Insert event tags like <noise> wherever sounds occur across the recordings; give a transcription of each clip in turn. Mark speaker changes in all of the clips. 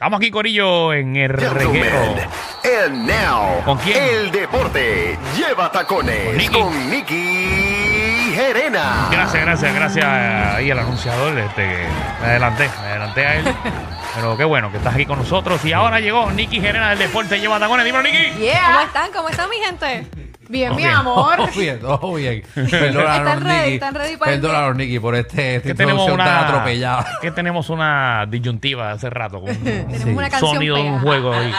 Speaker 1: Estamos aquí, Corillo, en el reguero.
Speaker 2: Gentlemen, And now,
Speaker 1: ¿Con quién?
Speaker 2: el deporte lleva tacones
Speaker 1: Nicky.
Speaker 2: con Nicky Gerena.
Speaker 1: Gracias, gracias, gracias ahí al anunciador. Este, que me adelanté, me adelanté a él. Pero qué bueno que estás aquí con nosotros. Y ahora llegó Nicky Gerena del Deporte Lleva Tacones. Dímelo, Nicky.
Speaker 3: Yeah. ¿Cómo están? ¿Cómo están, mi gente? Bien, mi
Speaker 1: Bien.
Speaker 4: <laughs>
Speaker 3: amor.
Speaker 4: Todo bien, todo <laughs> bien. Perdónanos,
Speaker 3: Están ready,
Speaker 4: Nicky.
Speaker 3: están ready para el-
Speaker 4: Perdónanos, Nicky, por este, esta
Speaker 1: Que tenemos
Speaker 4: introducción tan
Speaker 1: una,
Speaker 4: atropellada.
Speaker 1: <laughs> que tenemos una disyuntiva hace rato.
Speaker 4: <laughs>
Speaker 1: Con
Speaker 3: Tenemos
Speaker 4: Sí.
Speaker 3: una canción
Speaker 1: sonido de un
Speaker 3: pegada.
Speaker 1: juego
Speaker 4: <laughs>
Speaker 1: ahí.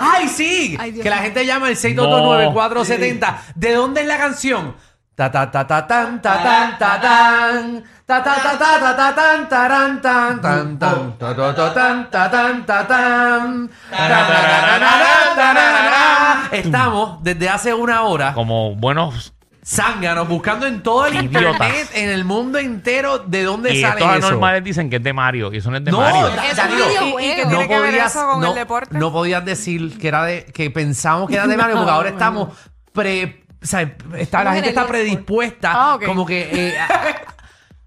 Speaker 4: ¡Ay, sí!
Speaker 3: Ay, Dios
Speaker 4: que la
Speaker 3: mío.
Speaker 4: gente llama al 6229470. ¿De dónde es la canción? Ta ta ta ta tan ta tan ta tan ta ta ta ta ta ta tan taran, tan tan tan ta ta ta tan ta tan ta tan Tararararara, tararara. Estamos desde hace una hora
Speaker 1: Como buenos
Speaker 4: zánganos buscando en todo el
Speaker 1: Idiotas.
Speaker 4: internet, en el mundo entero, de dónde
Speaker 1: y
Speaker 4: sale
Speaker 1: estos
Speaker 4: eso.
Speaker 1: anormales dicen que es de Mario. Y eso no es de
Speaker 4: No,
Speaker 1: Mario.
Speaker 4: da-
Speaker 3: Es un
Speaker 4: Danilo,
Speaker 3: videojuego.
Speaker 5: ¿Y- y qué
Speaker 4: no
Speaker 5: tiene que ver
Speaker 4: podías,
Speaker 5: eso con
Speaker 4: no-
Speaker 5: el deporte?
Speaker 4: no podías decir que era de que pensamos que era de Mario
Speaker 5: <laughs>
Speaker 4: porque ahora estamos pre o sea, está, la
Speaker 3: en
Speaker 4: gente
Speaker 3: el
Speaker 4: está
Speaker 3: eSport.
Speaker 4: predispuesta
Speaker 5: Ah, ok.
Speaker 4: como que
Speaker 5: <laughs>
Speaker 4: eh, a-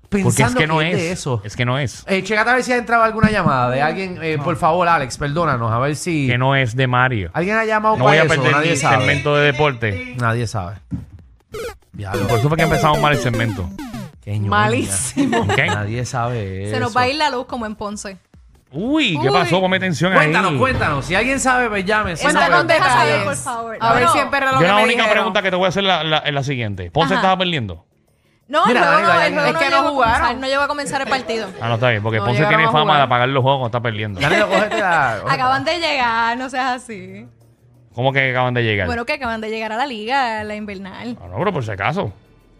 Speaker 4: pensando
Speaker 1: Porque es que no
Speaker 4: es, de
Speaker 1: es.
Speaker 4: eso.
Speaker 1: Es que no es.
Speaker 4: Eh, checate a ver si ha entrado alguna llamada de alguien. eh, Por favor, Alex, perdónanos. A ver si
Speaker 1: Que no es de Mario.
Speaker 4: alguien ha llamado
Speaker 1: No voy
Speaker 4: para
Speaker 1: a
Speaker 4: pues eso.
Speaker 1: perder
Speaker 4: Nadie
Speaker 1: mi
Speaker 4: sabe.
Speaker 1: segmento de deporte.
Speaker 4: Nadie sabe. Diablo,
Speaker 1: Por eso fue que empezamos mal el segmento.
Speaker 4: qué ñoña.
Speaker 5: Malísimo. <laughs>
Speaker 1: ¿Ok?
Speaker 4: Nadie sabe eso.
Speaker 3: Se nos va a ir la luz como en Ponce.
Speaker 1: Uy, ¿qué
Speaker 3: Uy.
Speaker 1: pasó? Ponme atención
Speaker 4: Cuéntanos,
Speaker 1: ahí.
Speaker 4: cuéntanos. Si alguien sabe, pues llámese.
Speaker 5: Cuéntanos
Speaker 3: Esa
Speaker 4: No,
Speaker 5: con
Speaker 3: luz,
Speaker 4: pero-
Speaker 3: deja
Speaker 5: detalles.
Speaker 3: saber, por favor.
Speaker 5: A ver
Speaker 3: No.
Speaker 5: si en Perro lo
Speaker 1: Yo
Speaker 5: que
Speaker 1: la
Speaker 5: me
Speaker 1: única
Speaker 5: dijeron.
Speaker 1: pregunta que te voy a hacer la- la- es la siguiente. Ponce
Speaker 3: Ajá.
Speaker 1: estaba perdiendo.
Speaker 3: No,
Speaker 4: Mira,
Speaker 3: el juego
Speaker 4: ahí va,
Speaker 3: no,
Speaker 4: ahí
Speaker 3: el
Speaker 4: va.
Speaker 3: juego
Speaker 5: Es
Speaker 3: no
Speaker 5: que no
Speaker 3: llegó a comenzar,
Speaker 5: jugaron.
Speaker 3: No llegó a comenzar el
Speaker 4: <laughs>
Speaker 3: partido.
Speaker 1: Ah, no, está bien, porque
Speaker 5: No
Speaker 1: Ponce
Speaker 5: llegaron
Speaker 1: tiene
Speaker 5: a
Speaker 1: fama
Speaker 5: jugar.
Speaker 1: de apagar los juegos, está perdiendo.
Speaker 5: <laughs>
Speaker 4: Danilo, cógete la- cógete la-
Speaker 3: Acaban de llegar, no seas así.
Speaker 1: ¿Cómo que acaban de llegar?
Speaker 3: Bueno, que acaban de llegar a la liga, a la invernal.
Speaker 1: Ah, no, pero por si acaso.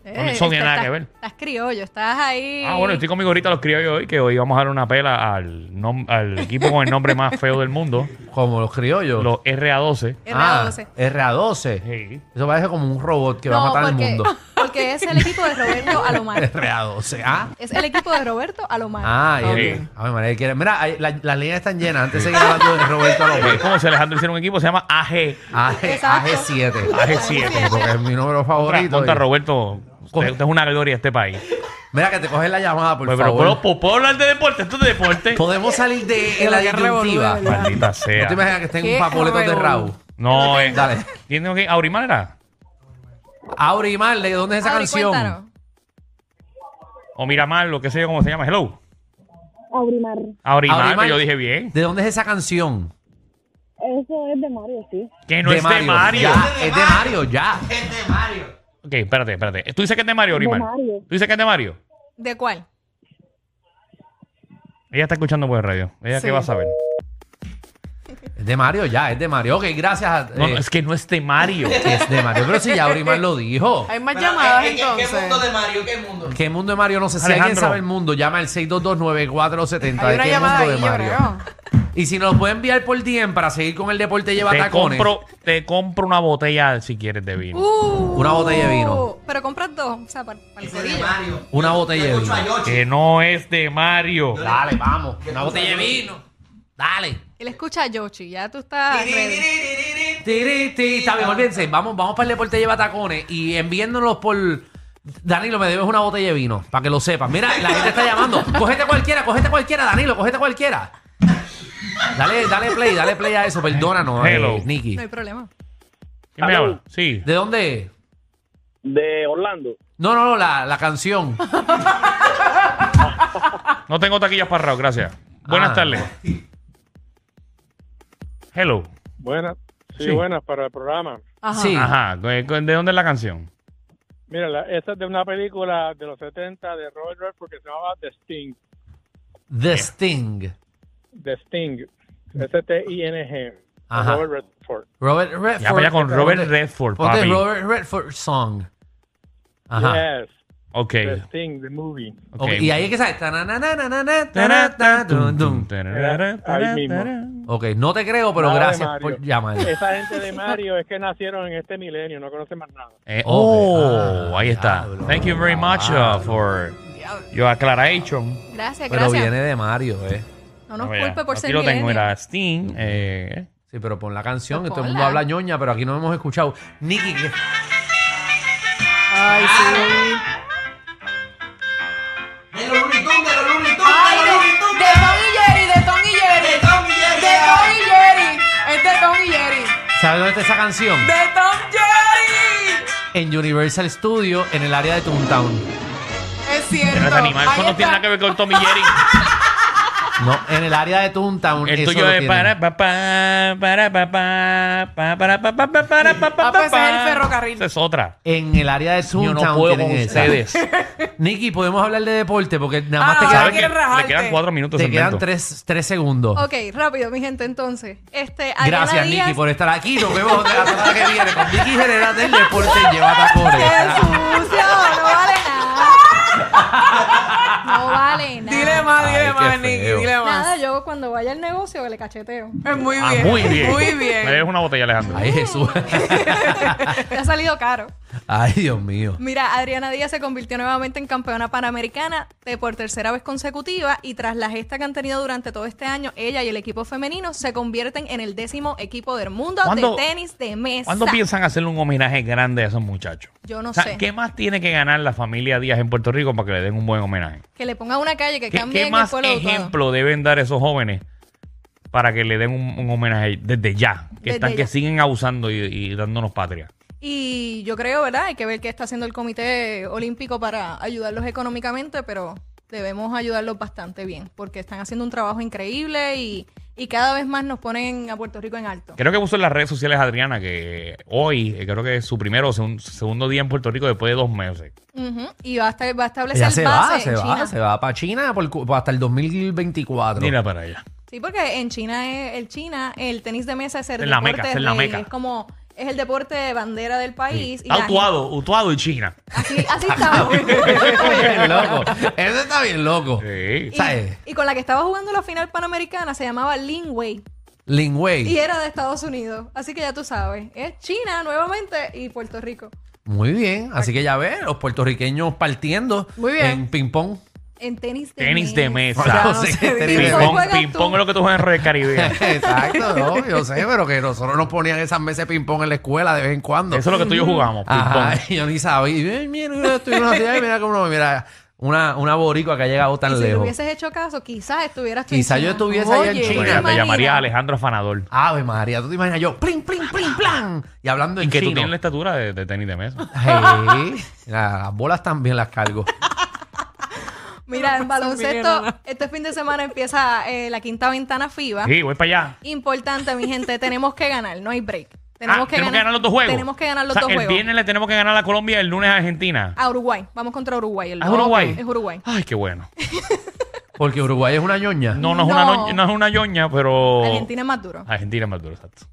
Speaker 3: Eh,
Speaker 1: eso
Speaker 5: este
Speaker 1: tiene
Speaker 3: estás-
Speaker 1: nada que ver.
Speaker 3: Estás criollo, estás ahí.
Speaker 1: Ah, bueno, estoy conmigo ahorita los criollos hoy, que hoy vamos a dar una pela al, nom- al equipo con el nombre más feo
Speaker 5: <laughs>
Speaker 1: del mundo,
Speaker 4: Como los criollos.
Speaker 1: los RA12.
Speaker 5: Eh.
Speaker 3: R12.
Speaker 4: Ah, RA12.
Speaker 1: Sí.
Speaker 4: Eso parece como un robot que va a
Speaker 3: no,
Speaker 4: matar al
Speaker 3: porque,
Speaker 4: mundo. <laughs>
Speaker 3: <laughs> porque es el equipo de Roberto Alomar.
Speaker 4: RA12. Ah,
Speaker 3: Es el equipo de Roberto Alomar.
Speaker 4: ah y
Speaker 1: Ok.
Speaker 4: el- a ver, María, él quiere- Mira, ahí- la- las líneas están llenas. Antes seguía hablando de Roberto
Speaker 1: <laughs> Es
Speaker 4: López.
Speaker 1: como si Alejandro hiciera un equipo, Eh, se llama AG.
Speaker 4: AG,
Speaker 3: Exacto.
Speaker 4: AG7.
Speaker 1: AG7.
Speaker 4: Porque es mi número
Speaker 1: Contra,
Speaker 4: favorito.
Speaker 1: contra
Speaker 4: Y-
Speaker 1: Roberto,
Speaker 4: Coge-
Speaker 1: usted, usted es una gloria de este país.
Speaker 4: Mira, que te coges la llamada, por
Speaker 1: Pues, Pero, pero
Speaker 4: favor.
Speaker 1: ¿puedo, ¿puedo hablar de deporte? ¿Esto es de
Speaker 4: <laughs>
Speaker 1: deporte?
Speaker 4: Podemos salir de la
Speaker 5: que
Speaker 4: disyuntiva.
Speaker 5: revolver,
Speaker 4: ¿No
Speaker 1: Maldita sea.
Speaker 4: te imaginas que estén
Speaker 5: Qué
Speaker 4: un papoleto de
Speaker 5: revolú.
Speaker 4: Raúl?
Speaker 1: No, eh.
Speaker 4: Dale.
Speaker 1: ¿Tiene que Aurimar era?
Speaker 4: Auri Marley, ¿dónde es esa
Speaker 3: Auri,
Speaker 4: canción?
Speaker 3: cuéntanos.
Speaker 1: O Miramar, lo que sé yo cómo se llama. Hello.
Speaker 6: Aurimar.
Speaker 1: Aurimar,
Speaker 4: Aurimar.
Speaker 1: pero yo dije bien.
Speaker 4: ¿De dónde es esa canción?
Speaker 6: Eso es de Mario, sí.
Speaker 1: Que no es de Mario.
Speaker 4: Ya, es de Mario, ya.
Speaker 1: Ok, espérate, espérate. ¿Tú dices que es de Mario, Aurimar?
Speaker 6: Mario.
Speaker 1: ¿Tú dices que es de Mario?
Speaker 3: ¿De cuál?
Speaker 1: Ella está escuchando por el radio. Ella
Speaker 5: Sí.
Speaker 1: qué va a saber.
Speaker 4: Es de Mario, ya, es de Mario. Ok, gracias. a-
Speaker 1: No,
Speaker 4: eh,
Speaker 1: no, es que no es de
Speaker 4: <laughs>
Speaker 1: Mario.
Speaker 4: Es de Mario, pero si ya Aurimar lo dijo.
Speaker 5: Hay más llamadas
Speaker 7: eh, ¿qué- qué-
Speaker 5: entonces.
Speaker 7: ¿Qué mundo de Mario? ¿Qué mundo?
Speaker 4: ¿Qué mundo de Mario? No sé. Si alguien
Speaker 1: Alejandro.
Speaker 4: sabe el mundo, llama al 6229470.
Speaker 5: Hay
Speaker 4: ¿De
Speaker 5: una
Speaker 4: qué
Speaker 5: llamada
Speaker 4: mundo
Speaker 5: ahí,
Speaker 4: de
Speaker 5: yo
Speaker 4: Mario?
Speaker 5: creo.
Speaker 4: Y si nos lo puede enviar por DM para seguir con el deporte lleva
Speaker 1: te,
Speaker 4: tacones. Uh.
Speaker 1: compro, te compro una botella si quieres de vino.
Speaker 4: Una botella de vino.
Speaker 3: Uh, Pero compras dos, o sea, para, para el
Speaker 7: Ese de
Speaker 3: corillo.
Speaker 7: Mario.
Speaker 4: Una botella de
Speaker 7: Ocho
Speaker 4: vino.
Speaker 7: a ocho.
Speaker 1: Que no es de Mario.
Speaker 4: Dale, vamos. Una botella de vino. Dale.
Speaker 3: Él escucha a Yoshi, ya tú estás.
Speaker 7: Tiri,
Speaker 3: ready.
Speaker 7: tiri, tiri, tiri.
Speaker 4: Tiri, tiri. Está bien, olvídense. Vamos, vamos para el deporte lleva tacones y enviándonos por. Danilo, me debes una botella de vino, para que lo sepas. Mira, la gente está llamando. Cógete cualquiera, cógete cualquiera, Danilo, cógete cualquiera. Dale, dale play, dale play a eso, perdónanos, eh,
Speaker 1: Hello.
Speaker 4: Nicky.
Speaker 3: No hay problema.
Speaker 1: ¿Quién me habla? Sí.
Speaker 4: ¿De dónde es?
Speaker 8: de Orlando.
Speaker 4: No, no, no, la, la canción.
Speaker 1: No tengo taquillas para Raúl, gracias. Buenas
Speaker 4: Ah.
Speaker 1: tardes. Hello.
Speaker 8: Buenas, sí,
Speaker 1: Sí.
Speaker 8: buenas para el programa.
Speaker 5: Ajá.
Speaker 4: Sí.
Speaker 1: Ajá. ¿De de dónde es la canción?
Speaker 8: Mira, la- esta es de una película de los 70 de Robert Redford que se llamaba The Sting.
Speaker 4: The Sting.
Speaker 8: The Sting. S-T-I-N-G.
Speaker 4: Ajá.
Speaker 8: Robert Redford.
Speaker 4: Robert Redford.
Speaker 1: Ya, vaya con Robert
Speaker 4: Ponte-
Speaker 1: Redford,
Speaker 4: ponte
Speaker 1: papi.
Speaker 4: Robert Redford Song. Ajá.
Speaker 8: Yes.
Speaker 1: Ok.
Speaker 8: The Sting, the movie.
Speaker 1: ok.
Speaker 4: Ok, Y ahí es que sabes. tananananana, tanata, dun, dun.
Speaker 8: Ahí mismo.
Speaker 4: Ok, no te creo, pero
Speaker 8: Nada de
Speaker 4: gracias
Speaker 8: Mario. Eh,
Speaker 4: por llamar.
Speaker 8: Esa gente de Mario es que nacieron en este milenio, no conocen más nada.
Speaker 1: Eh,
Speaker 4: Ok,
Speaker 1: oh,
Speaker 4: ah,
Speaker 1: ahí está.
Speaker 4: diablo.
Speaker 1: Thank you very much uh, for your aclaration.
Speaker 3: Gracias,
Speaker 4: Pero
Speaker 3: gracias.
Speaker 4: viene de Mario, eh.
Speaker 3: No nos
Speaker 1: Mira,
Speaker 3: culpe por
Speaker 1: aquí
Speaker 3: ser
Speaker 1: lo tengo,
Speaker 3: millennial.
Speaker 1: mira, Steam. Eh,
Speaker 4: Sí, pero pon la canción, que
Speaker 3: Pues
Speaker 4: todo el
Speaker 3: ponla.
Speaker 4: mundo habla ñoña, pero aquí no hemos escuchado. Nicky, ¿qué?
Speaker 3: Ay, sí.
Speaker 7: De los Looney Tunes, de los Looney Tunes,
Speaker 3: Ay,
Speaker 7: de los Looney
Speaker 3: de,
Speaker 7: Tunes.
Speaker 3: de Tom y Jerry, de Tom y Jerry.
Speaker 7: De Tom y Jerry.
Speaker 3: De Tom y Jerry. Es de Tom y Jerry.
Speaker 4: ¿sabes dónde está esa canción?
Speaker 3: De Tom Jerry.
Speaker 4: En Universal Studio, en el área de Toontown.
Speaker 3: Es cierto.
Speaker 1: mira ese animal,
Speaker 3: Ahí
Speaker 1: eso no
Speaker 3: está.
Speaker 1: tiene nada que ver con Tommy Jerry.
Speaker 4: No, en el área de Toontown.
Speaker 1: El
Speaker 4: eso
Speaker 1: tuyo
Speaker 4: lo
Speaker 1: es
Speaker 4: tienen.
Speaker 1: para pa pa para pa pa pa para pa pa pa para pa pa
Speaker 3: Ah, pues ese
Speaker 1: pa.
Speaker 3: es el ferrocarril.
Speaker 1: Esa es otra.
Speaker 4: En el área de
Speaker 1: Yo
Speaker 4: Toontown.
Speaker 1: no puedo con
Speaker 4: tienen
Speaker 3: <laughs>
Speaker 4: esa.
Speaker 1: ustedes.
Speaker 4: Nicky, podemos hablar de deporte porque nada más
Speaker 3: Ah,
Speaker 4: te
Speaker 3: ahora
Speaker 4: quedan,
Speaker 1: ¿Saben
Speaker 3: quieres
Speaker 1: que
Speaker 3: rajarte.
Speaker 1: le quedan cuatro minutos
Speaker 4: te
Speaker 1: de
Speaker 4: quedan
Speaker 1: segmento?
Speaker 4: tres, tres segundos.
Speaker 3: Ok, rápido, mi gente, entonces. Este, Ayala
Speaker 4: Gracias,
Speaker 3: Díaz,
Speaker 4: Nicky, por estar aquí. Nos vemos la semana que viene con Nicky General del Deporte Lleva
Speaker 3: ¡Qué
Speaker 4: Tacones.
Speaker 3: sucio! No vale nada. No vale nada.
Speaker 5: Dile más,
Speaker 4: Ay,
Speaker 5: dile
Speaker 4: qué
Speaker 5: más, Nicky,
Speaker 4: feo.
Speaker 5: dile
Speaker 3: Nada,
Speaker 5: más.
Speaker 3: yo cuando vaya al negocio le cacheteo.
Speaker 5: Es muy
Speaker 1: Ah,
Speaker 5: bien.
Speaker 1: muy bien.
Speaker 5: Muy
Speaker 1: Me dejas
Speaker 5: bien.
Speaker 1: una botella, Alejandro.
Speaker 4: Ay, Jesús.
Speaker 3: Mm. Te ha salido caro.
Speaker 4: <laughs> Ay, Dios mío.
Speaker 3: Mira, Adriana Díaz se convirtió nuevamente en campeona panamericana de por tercera vez consecutiva y tras la gesta que han tenido durante todo este año, ella y el equipo femenino se convierten en el décimo equipo del mundo
Speaker 1: ¿Cuándo-
Speaker 3: de tenis de mesa.
Speaker 1: ¿Cuándo piensan hacerle un homenaje grande a esos muchachos?
Speaker 3: Yo no
Speaker 1: O sea,
Speaker 3: sé.
Speaker 1: ¿Qué más tiene que ganar la familia Díaz en Puerto Rico para que le den un buen homenaje?
Speaker 3: Que le pongan una calle, que
Speaker 1: ¿Qué,
Speaker 3: cambien
Speaker 1: qué
Speaker 3: el
Speaker 1: más
Speaker 3: pueblo de Utuado.
Speaker 1: ejemplo deben dar esos jóvenes para que le den un, un homenaje desde ya? Que,
Speaker 3: Desde
Speaker 1: están, que
Speaker 3: ya.
Speaker 1: siguen abusando y, y dándonos patria.
Speaker 3: Y yo creo, ¿verdad? Hay que ver qué está haciendo el Comité Olímpico para ayudarlos económicamente, pero debemos ayudarlos bastante bien, porque están haciendo un trabajo increíble y, y cada vez más nos ponen a Puerto Rico en alto.
Speaker 1: Creo que puso en las redes sociales Adriana que hoy, eh, creo que es su primero o segun- segundo día en Puerto Rico después de dos meses.
Speaker 3: Ujú. Y va a, estar- va a establecer
Speaker 4: Ella se
Speaker 3: base
Speaker 4: va, se
Speaker 3: en
Speaker 4: va,
Speaker 3: China.
Speaker 4: se va para China por cu- hasta el 2024.
Speaker 1: Mira para allá.
Speaker 3: Sí, porque en China, es- el China, el tenis de mesa es el
Speaker 1: Es la
Speaker 3: deporte
Speaker 1: meca, es la
Speaker 3: de-
Speaker 1: meca.
Speaker 3: es como es el deporte de bandera del país. y
Speaker 1: Está
Speaker 3: la
Speaker 1: utuado, utuado y China.
Speaker 3: gente- así,
Speaker 4: <laughs>
Speaker 3: así estamos.
Speaker 4: <laughs> Eso está bien loco. Eso está bien loco.
Speaker 1: Sí.
Speaker 4: ¿Sabes?
Speaker 3: y, y con la que estaba jugando la final panamericana se llamaba Lin Wei.
Speaker 4: Lingüey.
Speaker 3: Y era de Estados Unidos. Así que ya tú sabes. Es China nuevamente y Puerto Rico.
Speaker 4: Muy bien, así que ya ves, los puertorriqueños partiendo
Speaker 3: Muy bien.
Speaker 4: en ping-pong.
Speaker 3: En tenis de
Speaker 1: Tenis de mesa.
Speaker 4: Ya
Speaker 3: Ya
Speaker 4: no sé
Speaker 3: sé,
Speaker 4: qué
Speaker 3: digo.
Speaker 1: <laughs>
Speaker 4: tenis de
Speaker 1: Ping-pong
Speaker 3: Juegas tú.
Speaker 1: ping-pong es lo que tú juegas en Red
Speaker 3: <laughs>
Speaker 1: Caribe.
Speaker 4: Exacto, no, yo sé, pero que nosotros nos ponían esas mesas de ping-pong en la escuela de vez en cuando.
Speaker 1: Eso es lo que tú y yo jugamos,
Speaker 4: Ajá,
Speaker 1: ping-pong.
Speaker 4: y yo ni sabía. Y, eh, mira, mira, estoy en una ciudad y mira cómo no, mira, una, una boricua que ha llegado
Speaker 3: Y
Speaker 4: tan
Speaker 3: si le
Speaker 4: lejos.
Speaker 3: hubieses hecho caso, quizás estuvieras tú. en
Speaker 4: Quizá yo
Speaker 3: China.
Speaker 4: estuviese allá en
Speaker 3: Oye,
Speaker 4: China.
Speaker 1: Te
Speaker 4: Te
Speaker 3: imagina.
Speaker 1: llamaría Alejandro Afanador.
Speaker 4: Ave María, tú te imaginas yo, plin, plin, plin, plan. Y hablando
Speaker 1: Y
Speaker 4: en
Speaker 1: que tú
Speaker 4: chino.
Speaker 1: tienes la estatura de, de tenis de mesa. <laughs>
Speaker 4: Sí, la- las bolas también las cargo.
Speaker 3: Mira, en baloncesto,
Speaker 5: Miguel,
Speaker 3: este fin de semana empieza eh, la quinta ventana FIBA.
Speaker 1: Ah, Sí, voy para allá.
Speaker 3: Importante, mi gente, tenemos que ganar, no hay break.
Speaker 1: Ah, los dos juegos.
Speaker 3: Tenemos que ganar los
Speaker 1: O sea,
Speaker 3: dos
Speaker 1: el
Speaker 3: juegos. Ah.
Speaker 1: viernes le tenemos que ganar a Colombia y el lunes a Argentina.
Speaker 3: A Uruguay, vamos contra Uruguay. El
Speaker 1: ¿A Ah, Uruguay?
Speaker 3: Ok, Es Uruguay.
Speaker 1: Ay, qué bueno.
Speaker 4: Porque Uruguay es una ñoña.
Speaker 1: No, no, Es,
Speaker 3: No.
Speaker 1: una, no- no es una ñoña, pero.
Speaker 3: Argentina es más duro.
Speaker 1: Argentina es más duro, exacto.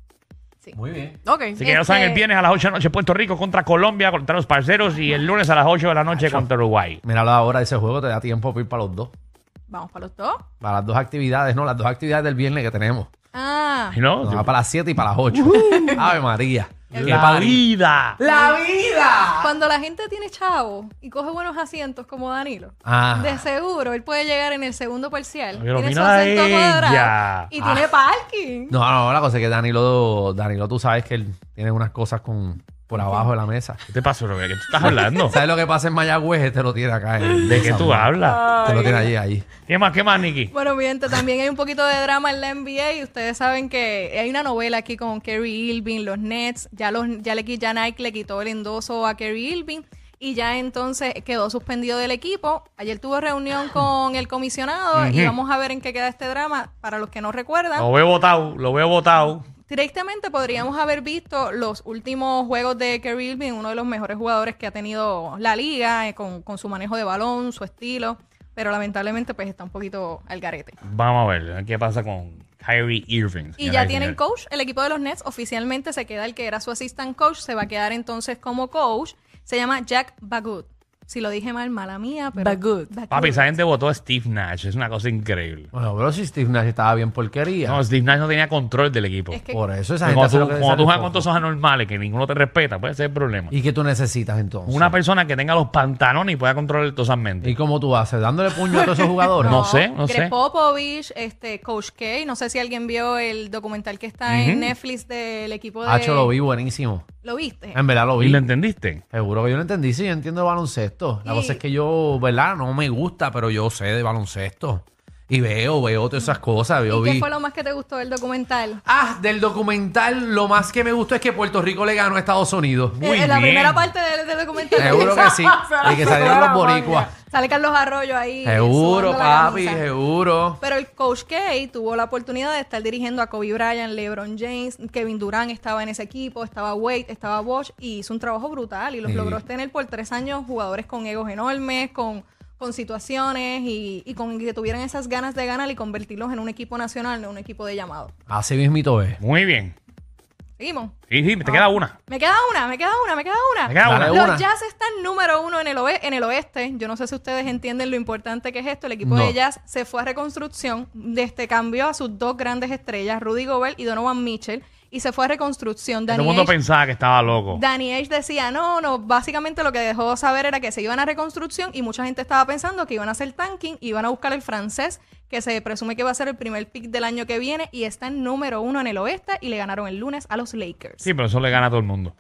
Speaker 4: Muy bien.
Speaker 5: Ok.
Speaker 1: Así que ya saben, el
Speaker 3: Este-
Speaker 1: viernes a las 8 de la noche Puerto Rico contra Colombia, contra los parceros, y el lunes a las 8 de la noche contra Uruguay.
Speaker 4: Míralo ahora, ese juego te da tiempo para ir para los dos.
Speaker 3: Vamos para los dos.
Speaker 4: Para las dos actividades, no, las dos actividades del viernes que tenemos.
Speaker 3: Ah,
Speaker 1: ¿Y ¿No?
Speaker 4: Nos da para las 7 y para las 8. Ave María.
Speaker 1: ¡La vida!
Speaker 4: ¡La vida!
Speaker 3: cuando la gente tiene chavo y coge buenos asientos como Danilo,
Speaker 4: Ah.
Speaker 3: de seguro él puede llegar en el segundo parcial.
Speaker 1: Pero
Speaker 3: tiene su
Speaker 1: mira
Speaker 3: acento
Speaker 1: ella.
Speaker 3: cuadrado y
Speaker 4: Ah.
Speaker 3: tiene parking.
Speaker 4: No, no, la cosa es que Danilo, Danilo, tú sabes que él tiene unas cosas con por abajo de la mesa.
Speaker 1: ¿Qué te pasó, Roberto? ¿Qué tú estás <laughs> hablando?
Speaker 4: ¿Sabes lo que pasa en Mayagüez? Este lo tiene acá. en-
Speaker 1: ¿De qué tú hablas?
Speaker 4: Este lo tiene allí, ahí.
Speaker 1: ¿Qué más, qué más, Nicky?
Speaker 3: Bueno, mi gente, también hay un poquito de drama en la NBA y ustedes saben que hay una novela aquí con Kerry Irving, los Nets, ya los ya le qui- ya Nike le quitó el endoso a Kerry Irving y ya entonces quedó suspendido del equipo. Ayer tuvo reunión con el comisionado y vamos a ver en qué queda este drama para los que no recuerdan.
Speaker 1: Lo veo votado, lo veo votado.
Speaker 3: Directamente podríamos haber visto los últimos juegos de Kerry Irving, uno de los mejores jugadores que ha tenido la liga, eh, con, con su manejo de balón, su estilo, pero lamentablemente pues está un poquito al garete.
Speaker 1: Vamos a ver ¿eh? qué pasa con Kyrie Irving.
Speaker 3: Y
Speaker 1: señoras
Speaker 3: ya tienen
Speaker 1: señores.
Speaker 3: coach, el equipo de los Nets oficialmente se queda el que era su assistant coach, se va a quedar entonces como coach, se llama Jack Bagut. Si lo dije mal, mala mía, pero.
Speaker 5: But good.
Speaker 3: But
Speaker 1: Papi,
Speaker 3: good.
Speaker 1: esa gente votó a Steve Nash. Es una cosa increíble.
Speaker 4: Bueno, pero si Steve Nash estaba bien porquería.
Speaker 1: No, Steve Nash no tenía control del equipo.
Speaker 3: Es que-
Speaker 4: por eso esa
Speaker 1: Pero
Speaker 4: gente
Speaker 1: Cuando
Speaker 4: hace
Speaker 1: tú,
Speaker 4: lo que le
Speaker 1: cuando tú
Speaker 4: sale
Speaker 1: juegas
Speaker 4: el
Speaker 1: con
Speaker 4: coco.
Speaker 1: todos esos anormales que ninguno te respeta, puede ser el problema.
Speaker 4: ¿Y qué tú necesitas entonces?
Speaker 1: Una persona que tenga los pantalones y pueda controlar todas esas mentes.
Speaker 4: ¿Y cómo tú haces? ¿Dándole puño a todos esos
Speaker 1: <laughs>
Speaker 4: jugadores?
Speaker 1: No sé, no
Speaker 3: Greg
Speaker 1: sé.
Speaker 3: Popovich, este, Coach K. No sé si alguien vio el documental que está en Netflix del equipo de.
Speaker 4: Hacho, lo vi buenísimo.
Speaker 3: ¿Lo viste?
Speaker 4: En verdad lo
Speaker 1: ¿Y
Speaker 4: vi.
Speaker 1: lo
Speaker 3: Eh,
Speaker 1: entendiste?
Speaker 4: Seguro que yo lo entendí, sí, yo entiendo de baloncesto. La
Speaker 3: Y-
Speaker 4: cosa es que yo, ¿verdad? No me gusta, pero yo sé de baloncesto. Y veo, veo todas esas cosas, veo,
Speaker 3: ¿Y qué
Speaker 4: vi.
Speaker 3: fue lo más que te gustó del documental?
Speaker 4: Ah, del documental, lo más que me gustó es que Puerto Rico le ganó a Estados Unidos.
Speaker 1: Muy
Speaker 3: Eh, La
Speaker 1: bien.
Speaker 3: primera parte del, del documental.
Speaker 4: Seguro que
Speaker 3: <laughs>
Speaker 4: sí. Y que salieron los boricuas.
Speaker 3: Sale Carlos Arroyo ahí.
Speaker 4: Seguro,
Speaker 3: sudando la
Speaker 4: papi,
Speaker 3: camisa.
Speaker 4: seguro.
Speaker 3: Pero el coach K tuvo la oportunidad de estar dirigiendo a Kobe Bryant, LeBron James, Kevin Durant estaba en ese equipo, estaba Wade, estaba Bosch y hizo un trabajo brutal y los
Speaker 4: Sí.
Speaker 3: logró tener por tres años jugadores con egos enormes, con, con situaciones y, y con que tuvieran esas ganas de ganar y convertirlos en un equipo nacional, no un equipo de llamado.
Speaker 4: Así mismito es.
Speaker 1: Muy bien.
Speaker 3: Seguimos.
Speaker 1: Sí, sí,
Speaker 3: Ah.
Speaker 1: te queda una.
Speaker 3: Me queda una, me queda una, me queda una.
Speaker 1: Te queda
Speaker 4: Dale,
Speaker 1: una.
Speaker 4: una.
Speaker 3: Los Jazz están número uno en el, oe- en el oeste. Yo no sé si ustedes entienden lo importante que es esto. El equipo
Speaker 4: No.
Speaker 3: de Jazz se fue a reconstrucción. Desde cambió a sus dos grandes estrellas, Rudy Gobert y Donovan Mitchell, y se fue a reconstrucción.
Speaker 1: Todo el
Speaker 3: Danny
Speaker 1: mundo
Speaker 3: Ainge,
Speaker 1: pensaba que estaba loco.
Speaker 3: Danny Ainge decía, no, no, básicamente lo que dejó saber era que se iban a reconstrucción y mucha gente estaba pensando que iban a hacer tanking, iban a buscar el francés, que se presume que va a ser el primer pick del año que viene, y está en número uno en el oeste y le ganaron el lunes a los Lakers.
Speaker 1: Sí, pero eso le gana a todo el mundo.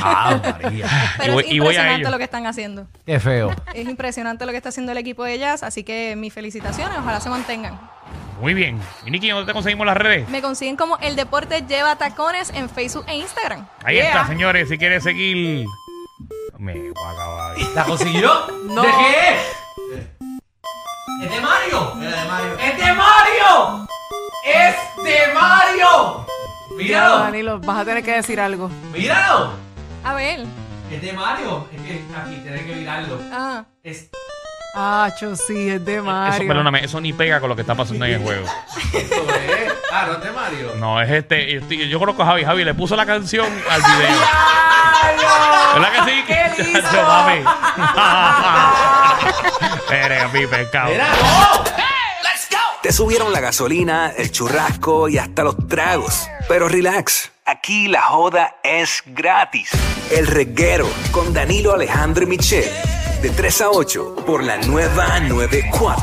Speaker 4: Ah, María.
Speaker 3: <laughs> Pero
Speaker 1: Y voy-
Speaker 3: es
Speaker 1: y voy a
Speaker 3: impresionante
Speaker 1: ello.
Speaker 3: lo que están haciendo.
Speaker 4: Qué feo.
Speaker 3: Es impresionante lo que está haciendo el equipo de Jazz, así que mis felicitaciones, ojalá se mantengan.
Speaker 1: Muy bien. ¿Y Nicky, dónde te conseguimos las redes?
Speaker 3: Me consiguen como El Deporte Lleva Tacones en Facebook e Instagram.
Speaker 1: Ahí está, señores, si quieres seguir. Me voy a acabar.
Speaker 4: ¿La consiguió? <laughs>
Speaker 5: No.
Speaker 4: ¿De qué es?
Speaker 7: ¿Es de Mario? Es de Mario.
Speaker 4: ¡Es de Mario! ¡Es de Mario!
Speaker 5: Ya,
Speaker 4: ¡Míralo!
Speaker 5: Danilo, vas a tener que decir algo.
Speaker 4: ¡Míralo!
Speaker 3: A ver.
Speaker 4: ¡Es de Mario! Es que aquí tenés que mirarlo.
Speaker 3: Ah,
Speaker 4: Es...
Speaker 5: Ah, yo sí, es de
Speaker 1: Eso,
Speaker 5: Mario.
Speaker 1: perdóname, eso ni pega con lo que está pasando en el juego.
Speaker 4: Eso es. Ah, no es de Mario.
Speaker 1: No, es este. Yo, estoy- yo conozco a Javi. Javi le puso la canción al video. ¿Verdad que sí?
Speaker 5: ¡Qué liso!
Speaker 1: <laughs> Chacho, mami. Eres mi pecado.
Speaker 9: Te subieron la gasolina, el churrasco y hasta los tragos. Pero relax, aquí la joda es gratis. El reguero con Danilo Alejandro y Michel, de 3 a 8 por la nueva 94.